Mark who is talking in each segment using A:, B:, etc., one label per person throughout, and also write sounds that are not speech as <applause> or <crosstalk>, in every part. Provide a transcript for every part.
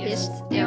A: é
B: é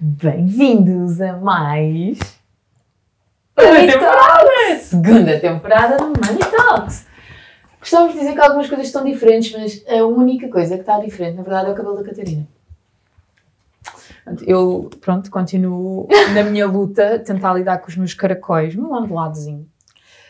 C: Bem-vindos a mais
D: Primeira temporada!
C: segunda temporada do Money Talks. Gostávamos de dizer que algumas coisas estão diferentes, mas a única coisa que está diferente, na verdade, é o cabelo da Catarina. Portanto, Eu, pronto, continuo na minha luta a tentar lidar com os meus caracóis, meu onduladozinho.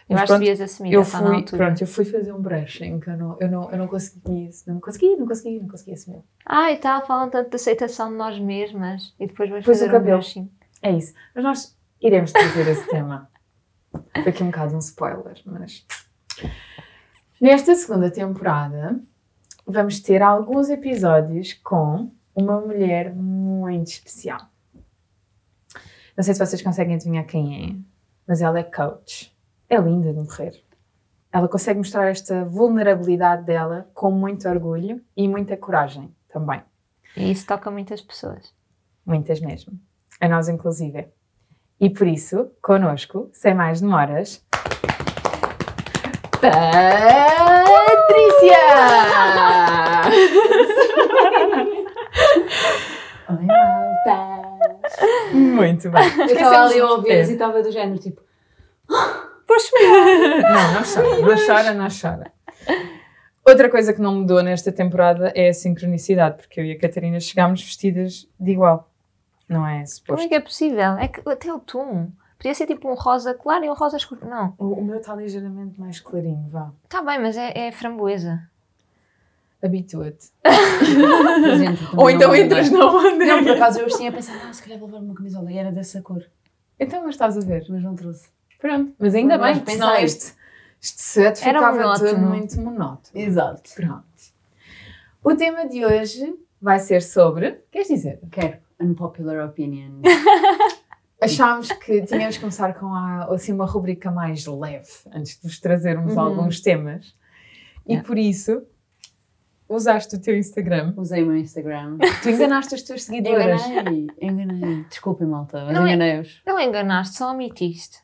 D: Eu
C: Mas
D: acho que
C: pronto,
D: devias assumir
C: eu
D: essa na
C: fui,
D: altura.
C: pronto, eu fui fazer um brushing, que eu não, eu não, eu não consegui isso, não consegui, não consegui, não consegui assim assumir.
D: Ah, e tal, falam tanto de aceitação de nós mesmas e depois vamos
C: Pois
D: fazer
C: o cabelo.
D: um brushing.
C: É isso. Mas nós iremos trazer esse tema. Foi aqui um bocado um spoiler, mas. Nesta segunda temporada, vamos ter alguns episódios com uma mulher muito especial. Não sei se vocês conseguem adivinhar quem é, mas ela é coach. É linda de morrer. Ela consegue mostrar esta vulnerabilidade dela com muito orgulho e muita coragem também.
D: E isso toca muitas pessoas.
C: Muitas mesmo. A nós, inclusive. E por isso, connosco, sem mais demoras, Patrícia! Oi, malta! Muito bem.
E: Eu estava ali a ouvir-vos e estava do género,
C: <laughs>
E: tipo,
C: Não, não chora, não chora, não chora. Outra coisa que não mudou nesta temporada é a sincronicidade, porque eu e a Catarina chegámos vestidas de igual. Não é
D: Como é
C: suposto.
D: que é possível? É que até o tom. Podia ser tipo um rosa claro e um rosa escuro. Não,
C: O, o meu está ligeiramente mais clarinho, vá.
D: está bem, mas é, é framboesa.
C: Habitua-te.
E: mas entro, também
C: Ou então
E: não vou
C: entras na onda.
E: levar. Não, por acaso eu tinha pensado, ah, se calhar vou levar uma camisola e era dessa cor,
C: Então, mas estás a ver.
E: mas não trouxe.
C: Pronto. Mas ainda
E: Mas
C: bem, é porque senão
E: pensei.
C: este, este set
D: Era
C: ficava
D: monótono.
C: tudo muito monótono.
E: Exato.
C: Pronto. O tema de hoje vai ser sobre. Queres dizer?
E: Quero unpopular
C: <laughs>
E: opinion.
C: Achámos que tínhamos de começar com a- assim, uma rubrica mais leve, antes de vos trazermos
D: Uhum.
C: alguns temas. E por isso, usaste o teu Instagram.
E: Usei o meu Instagram.
C: Tu enganaste as tuas seguidoras.
E: Enganei, enganei. Desculpem, malta, mas
D: Não é-
E: enganei-os.
D: Não enganaste, só omitiste.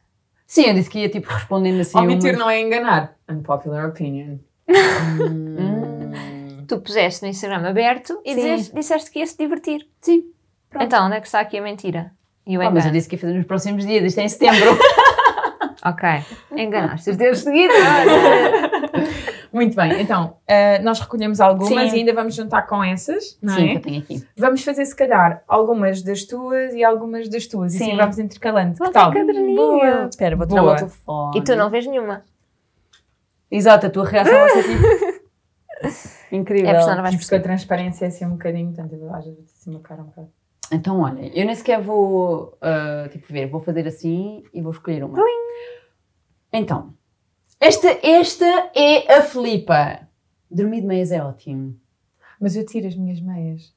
E: Sim, eu disse que ia, tipo, respondendo assim.
C: Omitir
E: umas-
C: não é enganar. Unpopular opinion. Hum.
D: Tu puseste no Instagram aberto e
E: Sim.
D: dizeste, disseste que ia se divertir.
E: Sim, pronto.
D: Então, onde é que está aqui a mentira? E o
E: Ah, mas eu
D: engano?
E: disse que ia fazer nos próximos dias, isto é em setembro.
D: Ok, enganaste os teus seguidores.
C: <laughs> Muito bem, então, eh, nós recolhemos algumas
E: Sim.
C: e ainda vamos juntar com essas, <laughs> não
E: Sim,
C: é?
E: que eu tenho aqui.
C: Vamos fazer, se calhar, algumas das tuas e algumas das tuas. E
E: Sim.
C: assim vamos intercalando. Que
D: Vamos
C: tal?
D: em caderninho.
C: Boa. Espera, vou
E: Não, o
C: Boa.
E: telefone.
D: E tu não vês nenhuma.
E: Exato, a tua reação vai ser tipo...
C: <laughs>
E: Incrível.
D: É, a pessoa não vais
C: Mas porque
D: perceber.
C: a transparência é assim um bocadinho, portanto, eu às vezes assim uma cara um bocado.
E: Então, olha, eu nem sequer vou, ah, tipo, ver, vou fazer assim e vou escolher uma. Então, esta, esta é a Filipa. Dormir de meias é ótimo.
C: Mas eu tiro as minhas meias.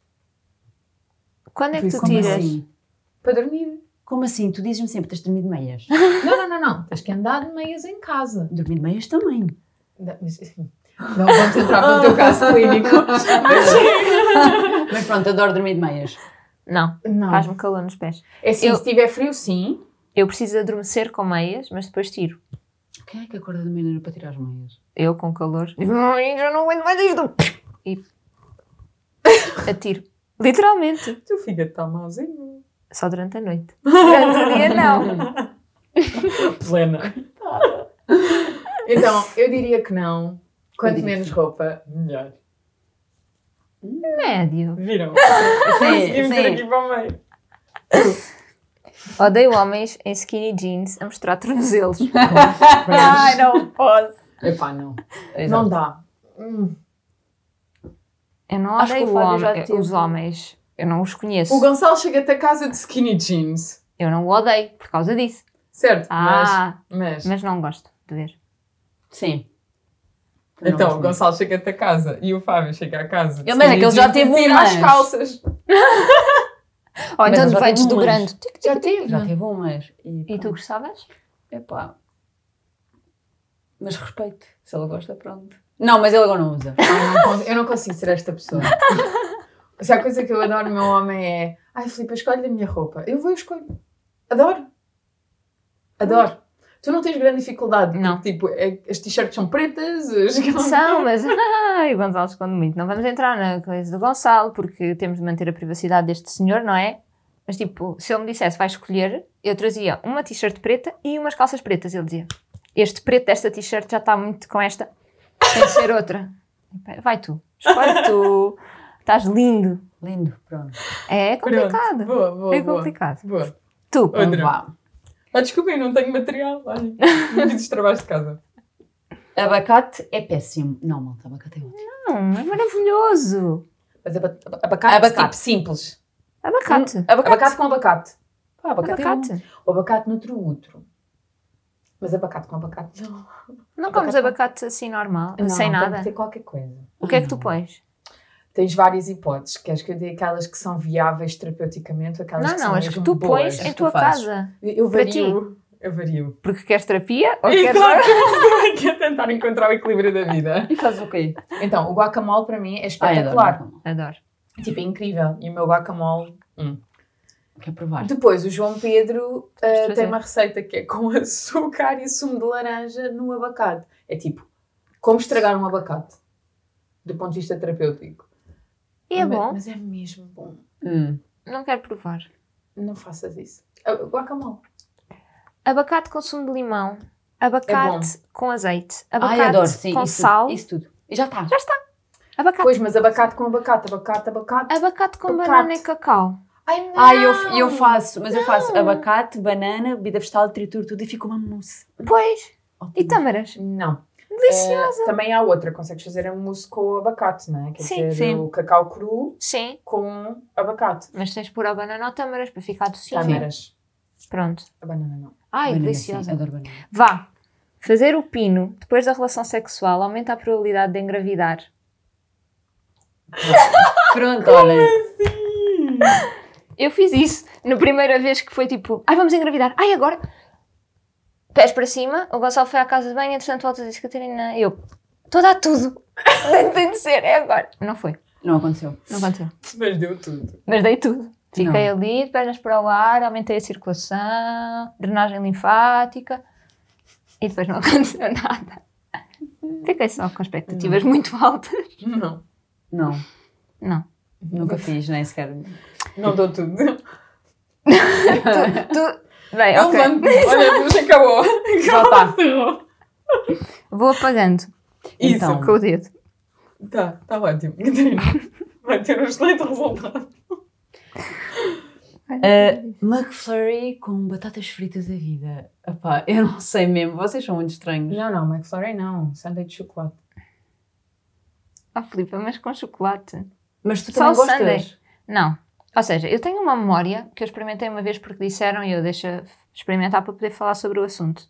D: Quando é
C: Por
D: que tu
C: isso, como
D: tiras?
E: assim?
C: Para dormir.
E: Como assim? Tu dizes-me sempre que tens de dormir de
C: <laughs>
E: meias.
C: Não, não, não, não. Tens que andar de meias em casa.
E: Dormir de meias também.
C: Não, mas, assim, não vamos entrar no teu caso clínico.
E: <laughs> Mas pronto, adoro dormir de meias.
D: Não,
C: Não.
D: faz-me calor nos pés.
C: É assim,
D: Eu-
C: se tiver frio, sim.
D: Eu preciso adormecer com meias, mas depois tiro.
E: Quem é que acorda de manhã para tirar as meias?
D: Eu com calor. digo, "Ai, Já não aguento mais isto. E atiro. Literalmente.
C: O teu fígado está mauzinho.
D: Só durante a <laughs> noite. Durante o dia, não.
C: plena. então, eu diria que não. Quanto menos roupa, melhor.
D: Médio.
C: Viram?
E: Sim, sim.
C: para o meio.
D: Odeio homens em skinny jeans a mostrar tornozelos.
C: Ai,
D: não posso.
C: Epá, não.
E: Exato.
C: Não dá. Hum.
D: Eu não
E: Acho que
D: odeio
E: o Fábio já
D: homem-
E: teve.
D: os homens. Eu não os conheço.
C: O Gonçalo chega-te a casa de skinny jeans.
D: Eu não o odeio por causa disso.
C: Certo?
D: Ah,
C: Mas, mas,
D: mas não gosto. de ver.
E: Sim. Tu não
C: Então, o
E: gostas
C: Gonçalo chega até casa e o Fábio chega a casa.
E: Eu- mas é que ele já teve
C: Tira
E: umas.
C: as calças.
D: Ou
E: Mas
D: então
E: eu já
D: vai
E: tenho
D: desdobrando. Tic, tic,
C: Já
D: tic.
C: teve.
E: muito. Já teve umas. E,
D: E tu
E: pronto.
D: gostavas?
E: Epá. Mas respeito. Se ele gosta, pronto. Não, mas ele agora não usa.
C: Eu não con- Eu não consigo ser assim esta pessoa. Se a coisa que eu adoro no meu homem é Ai, Filipe, escolhe a minha roupa. Eu vou e escolho. Adoro. Adoro. Tu não tens grande dificuldade.
A: Não.
C: Tipo, é- as t-shirts são pretas, <laughs> as...
D: São, mas. Ai, o Gonçalo esconde muito. Não vamos entrar na coisa do Gonçalo, porque temos de manter a privacidade deste senhor, não é? Mas tipo, se ele me dissesse, vai escolher, eu trazia uma t-shirt preta e umas calças pretas. Ele dizia: Este preto desta t-shirt já está muito com esta, tem de ser outra. Vai tu, escolhe tu, estás lindo.
E: Lindo, pronto.
D: É
C: Pronto.
D: complicado.
C: Boa, boa,
D: é
C: boa.
D: complicado.
C: Boa.
D: Tu,
C: Outra.
E: Então vá.
C: Ah, desculpem, não tenho material. Olha,
D: <laughs>
C: não fiz os trabalhos de casa.
E: Abacate é péssimo. Não, malta, abacate é ótimo.
D: não, é maravilhoso.
C: Mas aba- aba- abacate,
E: Abacate
C: tipo,
E: simples. Hum,
D: Abacate.
E: Abacate.
C: abacate com abacate. Hum, Pá, abacate,
D: Abacate.
C: É bom. O abacate nutre o útero. Mas abacate com abacate não.
D: Não
C: Abacate
D: comes
C: com-
D: abacate assim normal,
C: Não, Tem
D: sem nada.
C: que ter qualquer coisa.
D: O que é que tu pões?
C: Tens várias hipóteses. Queres que eu dê aquelas que são viáveis terapeuticamente, aquelas
D: Não,
C: que
D: não,
C: são
D: as que
C: mesmo
D: tu
C: boas?
D: pões em
E: tu
D: tua
E: fazes.
D: casa.
C: Eu
D: para ti.
C: vario. Eu vario.
D: Porque queres terapia ou
C: <laughs>
D: queres.
C: Exato. Aqui a tentar encontrar o equilíbrio da vida.
E: E fazes o quê?
C: Então, o guacamole para
D: Ah,
C: mim é
E: Ai,
C: espetacular.
E: adoro.
D: Adoro.
C: tipo, é incrível. E o meu guacamole
E: Quer provar?
C: Depois, o João Pedro eh,
D: fazer.
C: tem uma receita que é com <laughs> açúcar e sumo de laranja no abacate. É tipo, como estragar um abacate, do ponto de vista terapêutico.
D: E é
C: Ma-
D: bom,
C: Mas é mesmo bom.
E: Hum.
D: não quero provar.
C: Não faças isso. Ah, Guacamole.
D: Abacate com sumo de limão. Abacate com azeite. Abacate
E: Ai, adoro, sim.
D: com
E: isso,
D: sal.
E: Isso tudo. E já está.
D: Abacate.
C: Pois, mas abacate com abacate, abacate, abacate.
D: Abacate com
C: Abacate.
D: banana e cacau.
C: Ai, não!
E: Ai, eu, f- eu faço, mas eu faço abacate, banana, bebida vegetal, trituro tudo e fica uma mousse.
D: Pois.
E: Ótimo.
D: E tâmaras.
C: Não.
D: Delicioso.
C: Eh, também há outra. Consegues fazer a mousse com o abacate, não é? Quer
D: Sim,
C: dizer,
E: sim.
C: o cacau cru
D: Sim.
C: com abacate.
D: Mas tens de pôr a banana ou tâmaras para ficar docinho.
C: Câmaras.
D: Pronto.
C: A banana não.
D: Ai,
E: Banana,
D: delicioso.
E: sim, Adoro banana.
D: Vá. Fazer o pino depois da relação sexual aumenta a probabilidade de engravidar.
E: Pronto, olha.
D: Eu fiz isso na primeira vez que foi tipo, ai vamos engravidar, ai agora. Pés para cima, o Gonçalo foi à casa de banho, entretanto volta e disse, Catarina, eu, estou a dar tudo. <laughs> Tem de ser, é agora. Não foi,
E: Não aconteceu.
D: não aconteceu.
C: Mas deu tudo.
D: Mas dei tudo. Fiquei
E: Não.
D: ali, de pernas para o ar, aumentei a circulação, drenagem linfática e depois não <laughs> aconteceu nada. Fiquei só com expectativas muito <laughs> altas.
C: Não.
E: Não,
D: Não.
E: nunca fiz, nem sequer.
C: Não dou tudo.
D: Tu, tu... Bem,
C: Eu
D: É, ok.
C: levanto-me. Olha, mas acabou.
E: Já está.
C: Ferrou.
D: Vou apagando
C: Isso.
E: Então.
D: com o dedo.
C: Tá, tá ótimo. <laughs> Catarina. Vai ter um excelente resultado.
E: Eh, McFlurry com batatas fritas da vida. Epá, eu não sei mesmo, vocês são muito estranhos.
C: Não, não, McFlurry não. Sunday de chocolate.
D: Ah, Filipa, mas com chocolate.
E: Mas tu
D: Só
E: também
D: o
E: gostas?
D: Sunday. Não. Ou seja, eu tenho uma memória que eu experimentei uma vez porque disseram e eu deixo experimentar para poder falar sobre o assunto.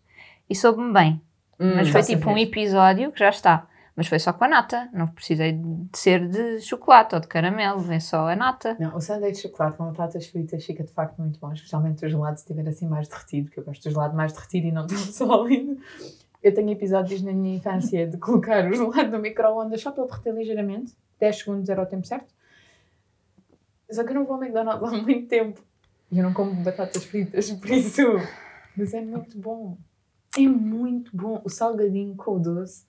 D: E soube-me bem.
E: Hum,
D: Mas foi
C: já
D: tipo um
C: sabes.
D: episódio que já está. Mas foi só com a nata. Não precisei de ser de chocolate ou de caramelo. É só a nata.
C: Não, o sundae de chocolate com batatas fritas fica de facto muito bom, especialmente o gelado se estiver assim mais derretido, que eu gosto do gelado mais derretido e não tão <laughs> sólido. Eu tenho episódios na minha infância de colocar o gelado no micro-ondas só para ele derreter ligeiramente, 10 segundos era o tempo certo. Só que eu não vou ao McDonald's há muito tempo e eu não como batatas fritas, por isso. Mas é muito bom. É muito bom. O salgadinho com o doce.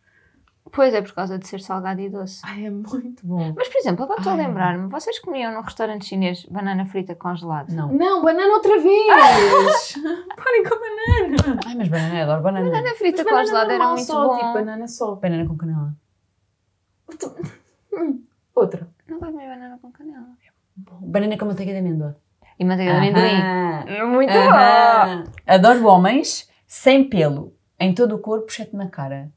D: Pois é, por causa de ser salgado e doce.
C: Ai, é muito bom.
D: Mas, por exemplo, agora estou a
E: Ai.
D: lembrar-me. Vocês comiam num restaurante chinês banana frita congelada?
E: Não.
C: Não, banana outra vez! Parem com a banana!
E: Ai, mas banana, eu adoro banana. Banana,
D: Banana frita
F: é
D: congelada era muito bom.
F: tipo,
C: banana só.
E: com canela.
C: Outra.
D: Não vai comer banana com canela.
E: Banana com manteiga de amêndoa.
D: E manteiga de amendoim.
E: Aham.
D: Muito bom!
E: Aham. Adoro homens sem pelo. Em todo o corpo, exceto na cara.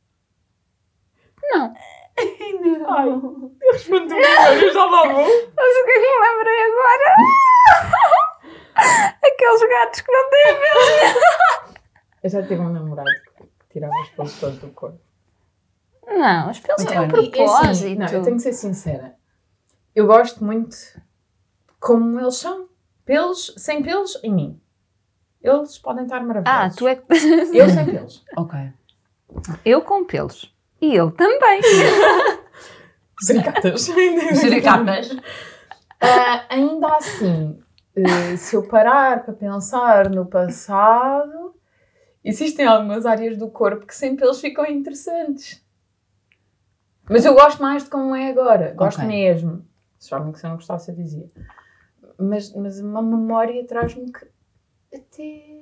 D: Não.
C: Ai, eu respondo melhor, eu já lá vou.
D: Mas o que é que me lembrei agora? <laughs> Aqueles gatos que não têm.
C: Eu já tive um namorado
F: tirava os pelos todos do corpo.
D: Não, os pelos têm um
F: Olha, e assim,
D: propósito.
F: não, eu tenho que ser sincera. Eu gosto muito como eles são. Pelos, sem pelos, em mim. Eles podem estar
D: Ah,
F: maravilhosos.
D: tu é que. <laughs>
F: Eu sem pelos.
E: Ok.
D: Eu com pelos. E ele também.
F: Suricatas.
E: Suricatas.
F: Ah, ainda assim, eh, se eu parar para pensar no passado, existem algumas áreas do corpo que sem pelos ficam interessantes. Mas eu gosto mais de como é agora. Gosto
E: Ok.
F: mesmo. Se alguém que se eu não gostasse, eu dizia. Mas, mas uma memória traz-me que até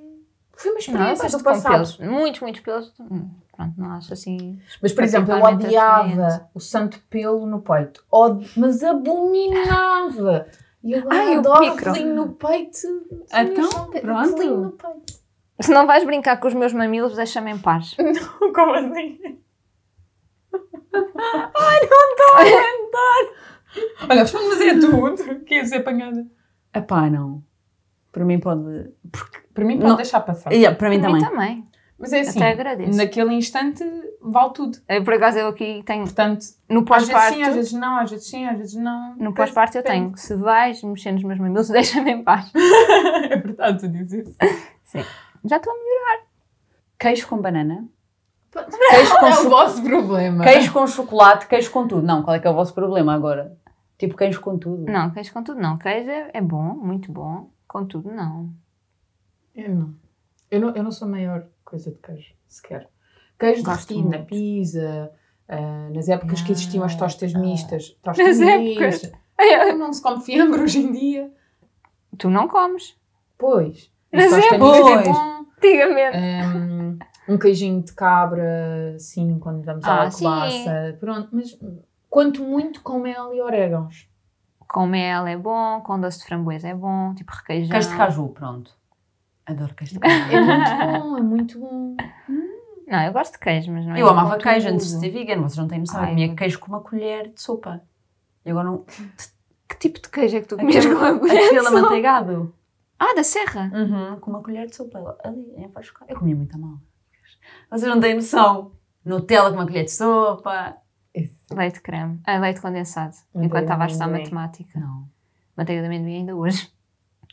F: foi uma
D: Não, eu
F: experiência
D: gosto
F: do
D: com
F: passado.
D: pelos. Muitos, muitos pelos. Hum, Pronto, não acho assim.
F: Mas, por exemplo, eu
D: Particularmente
F: odiava
D: atraente.
F: o santo pelo no peito. Od- Mas abominava! E eu
D: Ai, o
F: adoro
D: micro.
F: pelinho no peito.
E: Então,
F: Mesmo,
E: pronto.
F: Pelinho no peito.
D: Se não vais brincar com os meus mamilos, deixa-me em paz.
F: Uhum. Como assim? Ai, não estou a aguentar! Olha, vamos fazer tudo. Que ia ser apanhada.
E: Epá, não. Para mim pode. Porque...
F: Para mim, pode
E: Não.
F: deixar passar.
E: Yeah, para mim
D: Para
E: também.
D: mim também.
F: Uhum. Mas é assim,
D: Até agradeço.
F: naquele instante, vale tudo.
D: Eu, por acaso, eu aqui tenho.
F: Portanto,
D: No
F: às vezes sim, às
D: pós-parto.
F: vezes não, às vezes sim, às vezes não.
D: No pós-parto eu tenho. Se vais mexer nos meus mamilos, <laughs> deixa-me em paz.
F: É verdade, tu dizes isso.
D: Já estou a melhorar.
E: Queijo com banana.
F: Queijo é o vosso problema.
E: Queijo com chocolate, queijo com tudo. Não, qual é que é o vosso problema agora? Tipo, queijo com tudo.
D: Não, queijo com tudo não. Queijo é é bom, muito bom. Contudo, não.
F: Eu não. Eu não, eu não sou a maior coisa de queijo, sequer. Queijo
D: Gosto
F: derretido na
D: muito.
F: pizza, ah, nas épocas que existiam as tostas
E: Ah, ah.
F: <laughs> mistas. Tostas
D: Nas
F: mistas.
D: Eu-
F: Não se come fiambre hoje em dia.
D: Tu não comes.
F: Pois.
D: Nas
F: tostas
D: épocas.
F: mistas é bom.
D: Antigamente.
F: Ahm, um queijinho de cabra, assim, quando vamos à
D: Ah,
F: alcobaça. Pronto, mas quanto muito com mel e <laughs> orégãos.
D: Com mel é bom, com doce de framboesa é bom, tipo requeijão.
E: Queijo de caju, pronto. Adoro queijo de caju.
F: É muito bom, é muito bom.
D: Não, eu gosto de queijo, mas não é
E: Eu amava
D: com
E: queijo
D: tudo.
E: antes de ser vegan, vocês não têm noção.
D: Ai,
E: eu comia
D: meu
E: queijo com uma colher de sopa. E agora não.
D: Que tipo de queijo é que tu comias com a colher?
E: Aquele amanteigado.
D: Ah, da serra.
E: Uhum, com uma colher de sopa. Ali, em Vasco. Eu comia muita mal. Vocês não têm noção. Nutella com uma colher de sopa.
D: Leite creme. Ah, leite condensado.
F: Manteiga
D: enquanto estava a
F: de
D: estudar
F: amendoim.
D: matemática.
E: Não.
D: Manteiga de amendoim ainda hoje.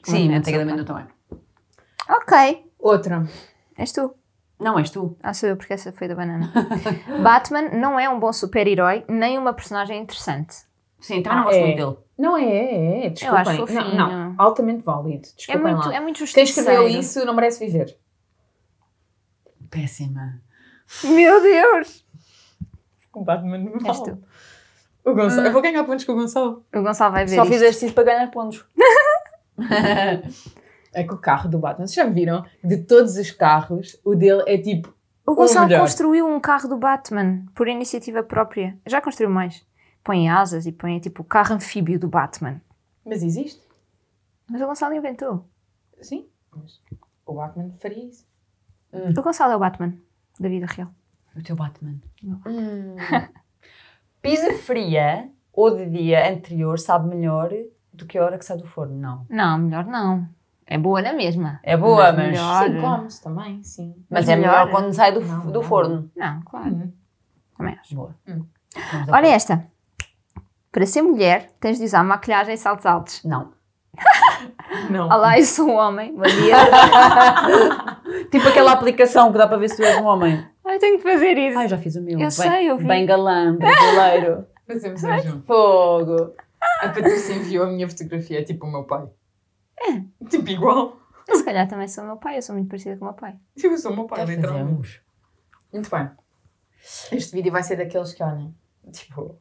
D: Com
E: Sim,
D: uma
E: manteiga de
D: colher de
E: amendoim também.
D: sopa. Ok.
F: Outra.
D: És tu.
E: Não és tu.
D: Ah, sou eu, porque essa foi da
F: <laughs>
D: banana. Batman não é um bom super-herói, nem uma personagem interessante.
E: Sim, também não
F: Ah,
E: gosto
F: é.
E: muito dele.
F: Não é, é, é. desculpem.
D: acho fofinho.
F: Não, não, altamente válido.
D: É
F: Desculpem
D: muito,
F: lá.
D: é muito
F: Quem
D: justiça.
F: escreveu isso não merece viver.
E: Péssima.
D: Meu Deus!
F: O Batman não
D: És tu. Hum.
F: O Gonçalo. Eu vou ganhar pontos com o Gonçalo.
D: O Gonçalo vai ver
E: Só
D: isto.
E: fizeste isso para ganhar pontos.
F: É que o carro do Batman, vocês já viram? De todos os carros, o dele é tipo.
D: O Gonçalo
F: melhor.
D: construiu um carro do Batman por iniciativa própria. Já construiu mais. Põe asas e põe tipo o carro anfíbio do Batman.
F: Mas existe?
D: Mas o Gonçalo inventou.
F: Sim. Mas o Batman faria isso. Hum.
D: O Gonçalo é o Batman da vida real.
E: O teu Batman. Hum. <laughs> Pizza fria ou de dia anterior sabe melhor do que a hora que sai do forno. Não.
D: Não, melhor não. É boa na mesma.
E: É boa,
D: Mas
E: mas.
D: melhor. Olha.
F: Sim, come-se também, sim.
E: Mas
D: Mas
E: é melhor
D: melhor. né?
E: quando sai do,
F: Não,
E: do
F: não.
E: forno.
D: Não, claro.
F: Hum.
D: Também acho.
E: Boa.
F: Hum.
E: Vamos ao-
D: Olha esta. Para ser mulher, tens de usar maquilhagem e saltos altos.
E: Não.
F: Não.
D: Olá, eu sou um homem. <laughs> Bom dia.
E: <laughs> Tipo aquela aplicação que dá para ver se tu és um homem.
D: Ai, tenho que fazer isso.
E: Ai, já fiz o meu.
D: Eu
E: bem,
D: sei, eu vi.
E: Bem galã,
D: <laughs>
E: brasileiro.
F: Fazemos hoje junto.
E: Fogo.
F: A Patrícia enviou a minha fotografia, é tipo o meu pai. É. Tipo igual. Tipo,
D: Se calhar também sou o meu pai. Eu sou muito parecida com o meu pai.
F: Eu sou o meu
E: Já fizemos.
F: Muito bem. Este vídeo vai ser daqueles que olhem. Tipo.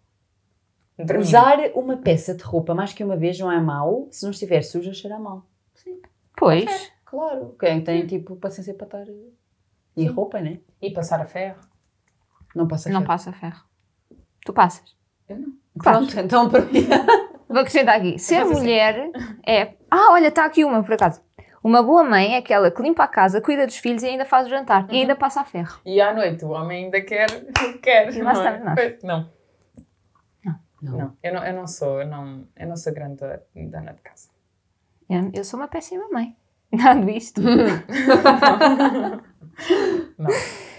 F: entre mim.
E: Usar uma peça de roupa mais que uma vez não é mau. Se não estiver suja, cheira mal.
D: Pois.
E: Claro. Quem tem, tipo, paciência para estar... E roupa, né?
F: E passar a ferro.
E: Não passa
D: Não
E: cheiro.
D: passa ferro. Tu passas.
E: Pronto, então para mim...
D: Vou acrescentar aqui. Ser
F: Vou fazer.
D: mulher é. Ah, olha, está aqui uma, por acaso. Uma boa mãe é aquela que limpa a casa, cuida dos filhos e ainda faz o jantar. E ainda passa a ferro.
F: E à noite o homem ainda quer. <laughs> quer
D: E lá estamos
F: é?
D: nós.
F: Pois, não.
D: Não.
E: Não.
F: Eu não, eu não sou, eu não, eu não sou grande da- dona de casa.
D: Eu, eu sou uma <laughs> péssima mãe. Nada disto.
F: Não.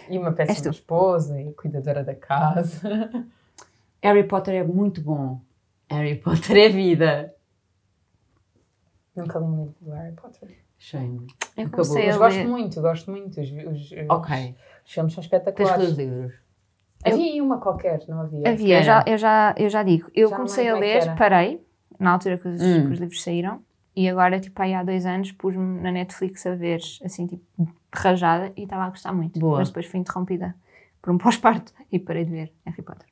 C: E uma péssima
D: tu.
C: esposa e cuidadora da casa.
E: <laughs>
C: <laughs>
E: Harry Potter é muito bom. Harry Potter é vida.
C: Nunca li um livro do Harry Potter.
E: Shame.
D: Eu
E: Acabou.
D: comecei
C: Mas
D: a
C: gosto
D: ler.
C: muito, gosto muito. Os, os, os-
E: Ok.
C: os filmes são
E: Tens que ler os
C: espetaculares.
E: livros.
C: Havia aí uma qualquer, não havia?
D: Havia, eu
E: Era.
D: já, eu, já, eu já digo. Eu
C: É Já não
D: comecei a
C: lembro como é que
D: ler,
C: era.
D: parei, na altura que os,
E: Hum.
D: que os livros saíram, e agora, tipo, aí há dois anos, pus-me na Netflix a ver, assim, tipo, rajada, e estava a gostar muito.
E: Boa.
D: Mas depois fui interrompida por um <laughs> pós-parto e parei de ver Harry Potter.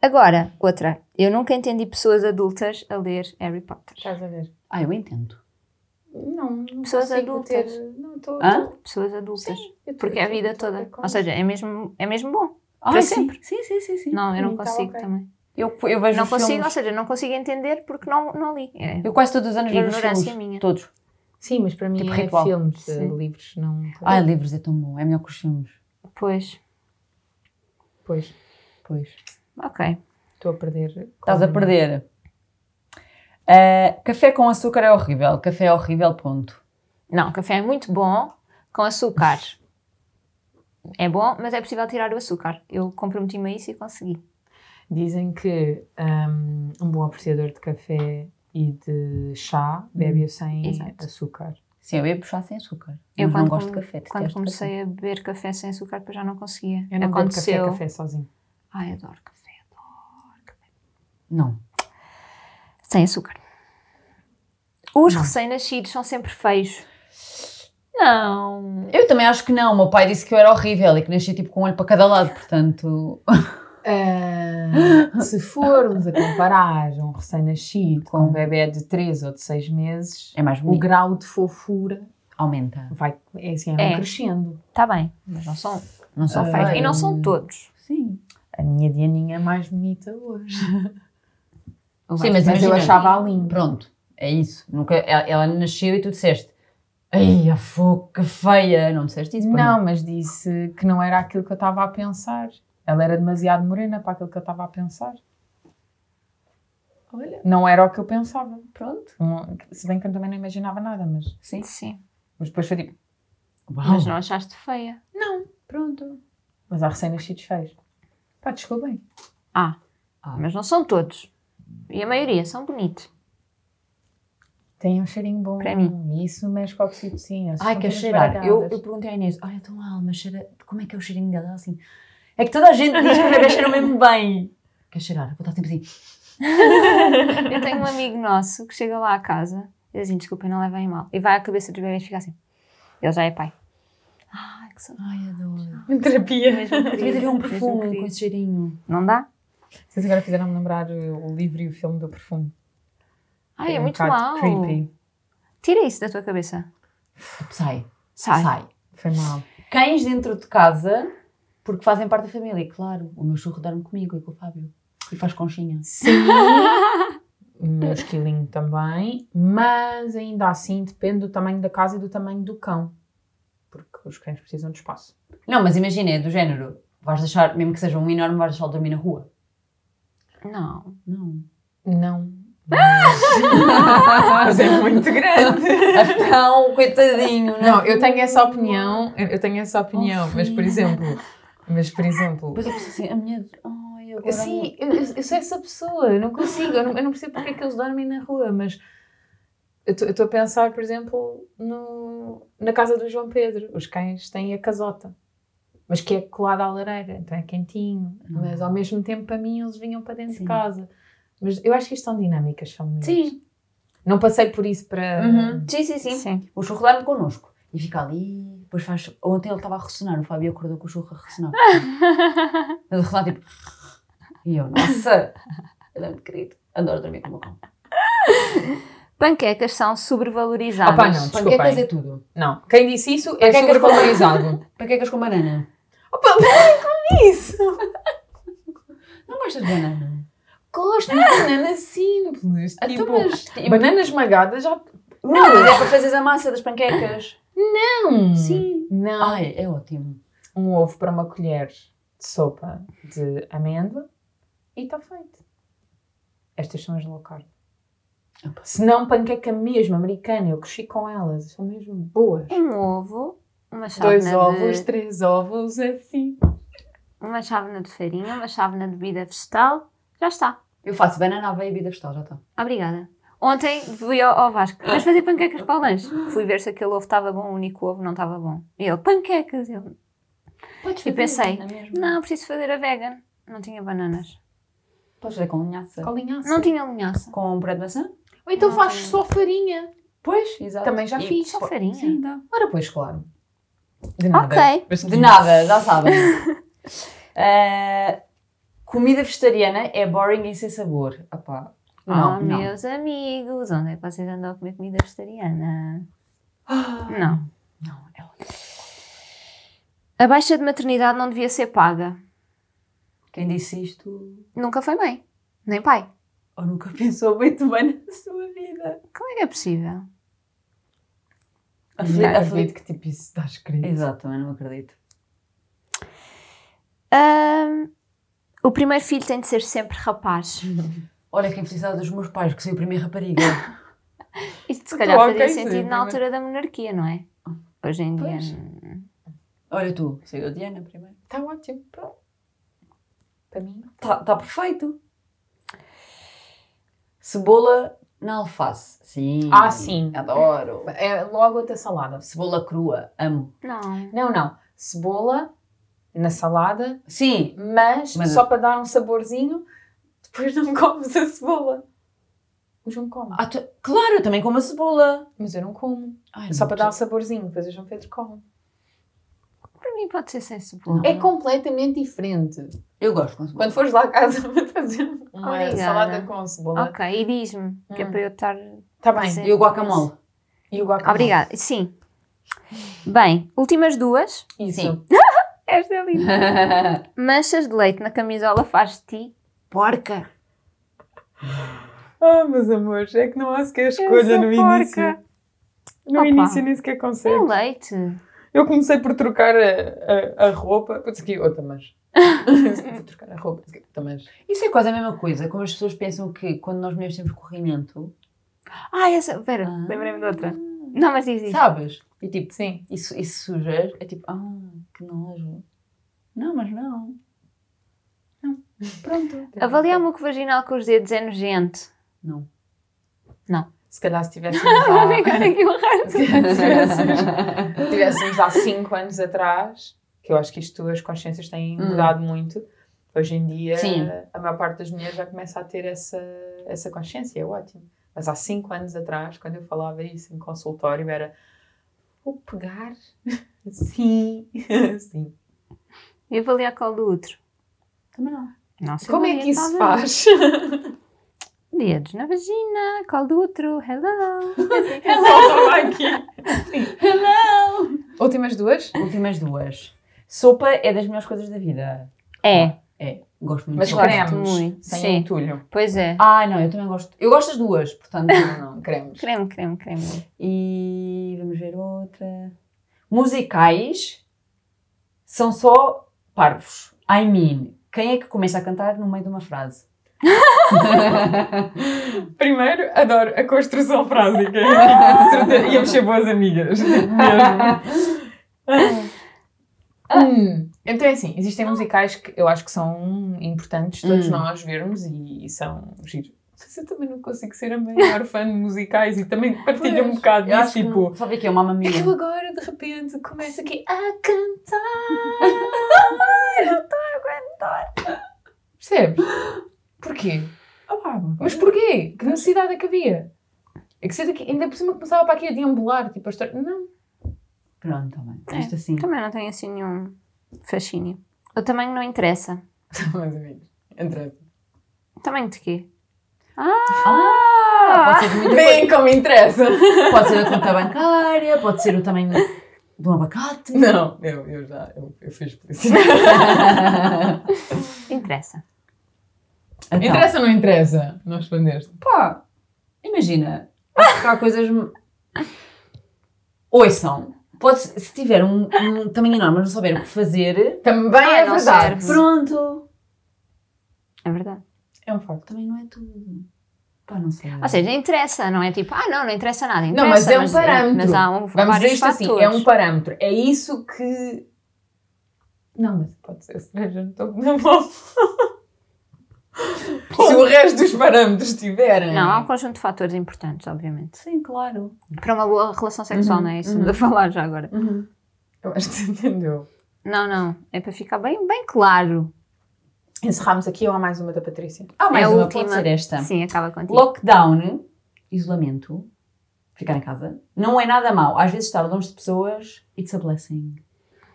D: Agora, outra. Eu nunca entendi pessoas adultas a ler Harry Potter.
C: Estás a ver?
E: Ah, eu entendo.
C: Não, não
D: Pessoas
C: consigo
D: adultas.
C: ter- Não, estou...
E: Hã?
D: Pessoas adultas.
C: eu tô-
D: Porque é a
C: eu tô-
D: vida
C: eu tô a
D: toda.
C: ver com
D: Ou seja, é mesmo, é mesmo bom.
E: Ah,
D: Para
E: sim.
D: sempre.
E: Sim, sim, sim. sim.
D: Não, eu não
C: Então,
D: consigo
C: ok.
D: também.
E: Eu, eu vejo
D: Não
E: os
D: consigo, ou
E: filmes.
D: seja, não consigo entender porque não, não li. É,
E: Eu quase todos os anos vejo os
D: Ignorância
E: filmes.
D: minha.
E: Todos.
C: Sim, mas para mim
E: Tipo
C: é
E: ritual.
C: filmes,
D: Sim.
C: eh, livros, não...
E: Ai, livros é tão bom. É melhor que os filmes.
D: Pois,
C: Pois,
E: Pois.
D: ok.
C: estou a perder...
E: Estás a perder. Ah, café com açúcar é horrível. Café é horrível, ponto.
D: Não, café é muito bom com açúcar. É bom, mas é possível tirar o açúcar. Eu comprometi-me a isso e consegui.
C: Dizem que hum, um bom apreciador de café e de chá
F: Hum.
C: bebe-o sem
D: Exato.
C: açúcar.
E: Sim, eu ia puxar sem açúcar.
D: Eu
E: Mas não
D: quando
E: gosto de
D: come-
E: café.
D: Quando
E: detesto café.
D: comecei a beber café sem açúcar, depois já não conseguia.
C: Eu não bebo café,
D: Aconteceu.
C: café sozinho.
D: Ai, adoro café. adoro.
E: Não.
D: Sem açúcar. Os recém-nascidos são sempre feios. Não.
E: Eu também acho que não. O meu pai disse que eu era horrível e que nasci tipo com um olho para cada lado, portanto.
C: Ah, se formos a comparar um recém-nascido com um
E: Com-
C: bebê de 3 ou de 6 meses,
E: É mais
C: o
E: bonito.
C: grau de fofura
E: Aumenta.
C: vai é assim, é.
D: É.
C: um crescendo.
D: Está bem, mas não são,
E: Não só
D: são
E: faz.
D: feios. E não são todos.
E: Ah, Sim.
C: A minha Dianinha é mais bonita hoje.
E: Sim, mas,
C: Mas eu
E: imagina.
C: achava a linda.
E: Pronto, é isso. Nunca, ela, ela nasceu e tu disseste. Ai, a foca feia! Não disseste isso? pois
C: Não, mas disse que não era aquilo que eu estava a pensar. Ela era demasiado morena para aquilo que eu estava a pensar.
E: Olha.
C: Não era o que eu pensava.
E: Pronto.
C: Não- Se bem que eu também não imaginava nada, mas,
D: Sim, sim.
C: mas depois foi tipo,
E: Uau.
D: Mas não achaste feia.
E: Pronto.
C: mas há recém-nascidos feios. Pá, desculpem.
D: Ah, mas não são todos. E a maioria são bonitos.
C: Tem um cheirinho bom.
D: Para mim.
C: Isso mexe com a oxitocina.
E: Ai, quer
C: quer
E: cheirar? Eu, eu perguntei à Inês, olha, então alma, cheira, como é que é o cheirinho dela? Ela assim, é que toda a gente diz que os bebês cheiram mesmo bem. Quer cheirar? Eu vou estar sempre assim.
D: Eu tenho um amigo nosso que chega lá à casa e diz assim, desculpem, não levem mal. E vai à cabeça dos bebês e fica assim. Ele já é pai. Ai, que saudade.
E: Ai,
C: <laughs>
E: adoro.
C: Terapia.
D: Mesmo
E: Devia
D: querido,
E: ter um
D: mesmo
E: perfume com
D: querido.
E: esse cheirinho.
D: Não dá?
C: Vocês agora fizeram-me lembrar uh, o livro e o filme do perfume.
D: Ai, é
C: um
D: muito
C: bocado
D: mau.
C: creepy.
D: Tira isso da tua cabeça.
E: Sai.
D: Sai.
C: Oh. Foi mal.
E: Cães dentro de casa, porque fazem parte da família. E claro, o meu churro dorme comigo e com o Fábio. E faz conchinha.
C: Sim. o meu esquilinho também. Mas ainda assim depende do tamanho da casa e do tamanho do cão. Porque os cães precisam de espaço.
E: Não, mas imagina, é do género. Vais deixar, mesmo que seja um enorme, vais deixá-lo dormir na rua.
D: Não.
E: Não.
C: Não. Ah! Mas é muito grande.
E: Então, coitadinho.
C: Não, eu tenho essa opinião, eu eu tenho essa opinião, mas por exemplo, mas por exemplo,
E: Depois eu penso assim, a minha... Ai, agora...
C: Sim, Assim, eu, eu- eu sou essa pessoa, eu não consigo, eu não, eu não percebo porque é que eles dormem na rua, mas eu estou a pensar, por exemplo, no, na casa do João Pedro. Os cães têm a casota, mas que é colada à lareira, então é quentinho, mas ao mesmo tempo para mim eles vinham para dentro
E: Ah. Sim.
C: de casa. Mas eu acho que isto são dinâmicas familiares.
E: Sim.
C: Não passei por isso para.
E: Uhum.
D: Sim, sim, sim.
E: O churro dorme connosco. E fica ali, depois faz... Ontem ele estava a ressonar, o Fábio acordou com o churro a <laughs> ressonar. Ele ressonar, tipo... E eu, nossa! Ele é muito querido. Adoro dormir com o meu cão.
D: Panquecas são
E: Ah,
D: sobrevalorizadas.
C: Opa, não. Desculpem.
E: Panquecas é tudo.
C: Não, quem disse isso é
E: Panquecas com-
C: supervalorizado.
E: Panquecas é com banana.
C: Opa, parem com isso!
E: <laughs> Não gostas de banana?
C: <laughs> Gosto de
E: <laughs>
C: banana simples.
E: Ah,
C: Tipo,
E: tu, mas...
C: banana esmagada já.
E: Não, mas é para fazeres a massa das panquecas.
C: Não!
E: Sim.
C: Não.
E: Ai, é ótimo.
C: Um ovo para uma colher de sopa de amêndoa e está feito. Estas são as low carb.
E: Opa.
C: Se não, panqueca mesmo, americana, eu cresci com elas, são mesmo boas.
D: Um ovo, Uma chávena
C: Dois
D: de-
C: ovos, três ovos, assim.
D: uma chávena de farinha, uma chávena de bebida vegetal. Já está.
E: Eu faço banana, aveia e bebida vegetal, já está.
D: Obrigada. Ontem fui ao, ao Vasco. Mas fazer panquecas para o lanche. Fui ver se aquele ovo estava bom, o único ovo não estava bom. E ele, panquecas. Eu,
E: Podes
D: E pensei,
E: na mesma.
D: não, preciso fazer a vegan. Não tinha bananas.
E: Podes fazer com linhaça.
C: Colinhaça.
D: Não tinha linhaça.
E: Com um puré de maçã? Ah,
C: Ou então
D: não
C: fazes
D: tem.
C: só farinha.
E: Pois, exato.
C: Também já
E: E-
C: fiz.
D: Só farinha.
E: Sim, dá. Ora, pois, claro. De
D: Ok.
E: De nada, já sabem. <laughs> Eh, comida vegetariana é boring e sem sabor. Opá, não,
C: Ah,
D: oh,
E: não.
D: meus amigos, onde é que vocês andam a comer comida vegetariana? Não.
E: Não, é ótimo.
D: A baixa de maternidade não devia ser paga.
E: Quem disse isto
D: Nunca foi mãe. Nem pai.
E: ou nunca <laughs> pensou muito bem na sua vida.
D: Como é que é possível?
E: Afli-
C: Não
E: afli-
C: acredito que tipo isso está escrito.
E: Exato, também não acredito.
D: Ahm, o primeiro filho tem de ser sempre rapaz.
E: Olha que infelicidade dos meus pais, que sou a primeira rapariga.
D: Isto se
C: Então,
D: calhar fazia
C: ok, sim,
D: sentido na
C: primeiro.
D: altura da monarquia, não é? Hoje em dia.
E: Pois. Olha tu, saiu a Diana primeiro.
C: Está Tá ótimo, pronto. Para mim. tá.
E: Está Tá, perfeito. Cebola na alface. Sim.
C: Ah, sim.
E: Adoro.
C: É logo outra salada.
E: Cebola crua, amo.
D: Não.
C: Não, não. Cebola na salada,
E: Sim.
C: mas,
E: Mas-
C: só para dar um saborzinho, depois não comes a cebola. Os não comem.
E: Ah, tu- Claro, eu também como a cebola.
C: Mas eu não como.
E: Ai,
C: Só
E: não,
C: para
E: tu-
C: dar um saborzinho, depois o João Pedro come.
D: Para mim pode ser sem cebola.
C: É completamente diferente.
E: Eu gosto com cebola.
C: Quando fores lá a casa <laughs> para fazer uma
D: Obrigada.
C: salada com cebola.
D: Ok, e diz-me, que é
C: Hum.
D: para eu estar.
C: Está Ah, bem.
D: Sim.
E: E o guacamole.
C: E o guacamole.
D: Obrigada. Sim. Bem, últimas duas.
C: Isso.
E: Sim.
D: Esta é linda. Manchas de leite na camisola faz de ti porca.
C: Ah, meus amores, é que não há sequer escolha
D: sou
C: no
D: porca.
C: início. No
D: Opa.
C: início nem sequer consegue.
D: É leite.
C: Eu comecei por trocar a, a, a roupa. Putz, aqui, outra
D: <laughs>
C: mas. Vou trocar a roupa. putz, aqui, Outra mas.
E: Isso é quase a mesma coisa, como as pessoas pensam que quando nós mulheres temos corrimento,
D: Ah, essa. Pera,
E: Ah.
D: lembrei-me de outra. Não, mas diz isso.
E: sabes? E tipo,
C: Sim.
E: isso, isso sujas, é tipo, ah, que nojo. Não, mas
D: <laughs>
E: não. Não. Pronto.
D: Avaliar o muco vaginal com os dedos é nojento.
E: Não.
C: Se calhar se <laughs> tivéssemos há,
D: Agora aqui um rato.
C: se tivéssemos, tivéssemos há 5 anos atrás, que eu acho que isto, as consciências têm
E: Hum.
C: mudado muito. Hoje em dia,
E: Sim.
C: a maior parte das mulheres já começa a ter essa, essa consciência, é ótimo. Mas há 5 anos atrás, quando eu falava isso em consultório, era vou pegar assim, assim.
D: E avaliar qual do outro.
E: Também não.
D: Não sei
C: Como é
D: avaliar,
C: que isso se
D: talvez. <laughs>
C: faz?
D: Dedos na vagina, colo do outro, hello.
C: Volta aqui. Últimas duas?
E: Últimas duas. Sopa é das melhores coisas da vida.
D: É,
E: É, gosto muito
C: Mas
E: de
D: gosto
E: sopa.
C: cremes.
D: muito.
C: Sem
D: Sim.
C: entulho.
D: pois é.
E: Ah, não, eu também gosto. Eu gosto das duas, portanto.
C: Não, não, cremes.
D: Creme, creme, creme.
E: E vamos ver outra. Musicais são só parvos. I mean, quem é que começa a cantar no meio de uma frase?
C: Primeiro, adoro a construção <laughs> frásica. Íamos ser boas amigas. tipo, Mesmo. Ah. Hum, Então é assim, existem musicais que eu acho que são importantes todos
E: Hum.
C: nós vermos e, e são giros. Mas eu também não consigo ser a maior fã de musicais e também partilho um bocado
E: Eu acho
C: disso,
E: que
C: tipo...
E: não- Só vi aqui, é uma mamia.
C: Eu agora de repente começo aqui a cantar. <laughs> Percebes? Porquê?
E: Ah,
C: Mas porquê? Que necessidade é que havia? É que sei daqui, ainda por cima começava para aqui a deambular, tipo a história. Não.
E: Pronto, também.
D: É.
E: Isto assim.
D: Também não tenho assim nenhum fascínio. O tamanho não interessa.
C: <laughs> Mais ou menos. Entra.
D: Tamanho de quê?
E: Ah, pode ser de muita coisa.
C: como interessa.
E: <laughs> Pode ser da conta bancária, pode ser o tamanho de um abacate.
C: Não, eu, eu já, eu, eu fiz polícia.
D: Interessa.
E: Então,
C: Interessa ou não interessa? Não respondeste.
E: pá, imagina. Acho que há coisas. Ouçam. Pode, se tiver um, um tamanho enorme, mas não souber o que fazer,
C: Também
D: Ah,
C: é
D: não
C: verdade.
D: serve.
E: Pronto!
D: É verdade.
C: É um facto.
E: Também não é tudo. Pá, não sei.
C: Ah,
D: Ou seja, interessa, não é tipo, ah não, não interessa nada. Interessa,
C: Não, mas é um parâmetro.
D: Mas há um,
C: Vamos dizer
D: vários
C: isto assim,
D: fatores.
C: é um parâmetro. É isso que. Não, mas pode ser, se calhar já não estou na mão. se o resto dos parâmetros tiverem.
D: Não, há um conjunto de fatores importantes, obviamente.
E: Sim, claro.
D: Para uma boa relação sexual,
C: Uhum,
D: não é? Isso
C: uhum.
D: estamos a falar já agora.
C: Uhum. Eu acho que você entendeu.
D: Não, não. É para ficar bem, bem claro.
C: Encerramos aqui ou há mais uma da Patrícia?
E: Ah,
D: É
E: mais
D: a
E: uma,
D: última.
E: pode ser esta.
C: Tá.
D: Sim, acaba contigo.
E: Lockdown, isolamento, ficar em casa, não é nada mau. Às vezes estar longe de pessoas, it's a blessing.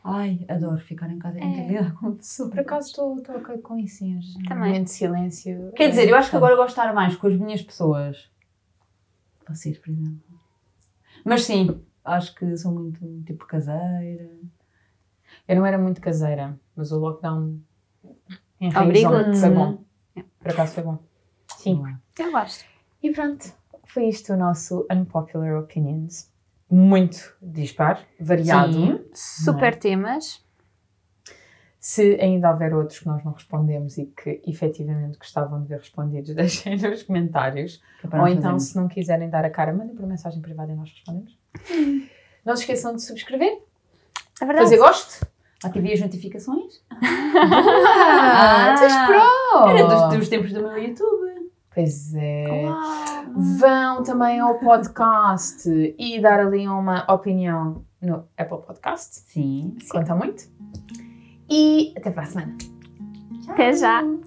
E: Ai, adoro ficar em casa e não ter
D: É.
E: que lidar com pessoas.
C: Por acaso estou estou ok com isso, mas
D: Também.
C: momento de silêncio.
E: Quer
C: é
E: dizer, eu acho
C: importante.
E: que agora eu gosto de estar mais com as minhas pessoas. Vocês, por exemplo. Mas sim, acho que sou muito tipo caseira.
C: Eu não era muito caseira, mas o lockdown
D: Obriga-te.
C: enraizou Foi bom. Por acaso foi bom. Hum. Sim.
E: Não é?
D: Eu gosto.
C: E pronto, foi isto o nosso Unpopular Opinions. Muito dispar, variado.
E: Sim.
D: Super temas.
C: Se ainda houver outros que nós não respondemos e que efetivamente gostavam de ver respondidos, <laughs> deixem nos comentários.
E: Que é para
C: Ou
E: nós
C: então,
E: fazermos.
C: se não quiserem dar a cara, mandem por mensagem privada e nós respondemos. Não se esqueçam de subscrever,
D: É verdade.
C: fazer gosto.
E: Ativei as notificações.
C: <laughs> Ah, tu és pro!
E: Era dos, dos tempos do meu YouTube.
C: Pois é.
D: Uau.
C: Vão também ao podcast e dar ali uma opinião no Apple Podcast.
E: Sim.
C: Conta muito. E até para a semana.
D: é Até já.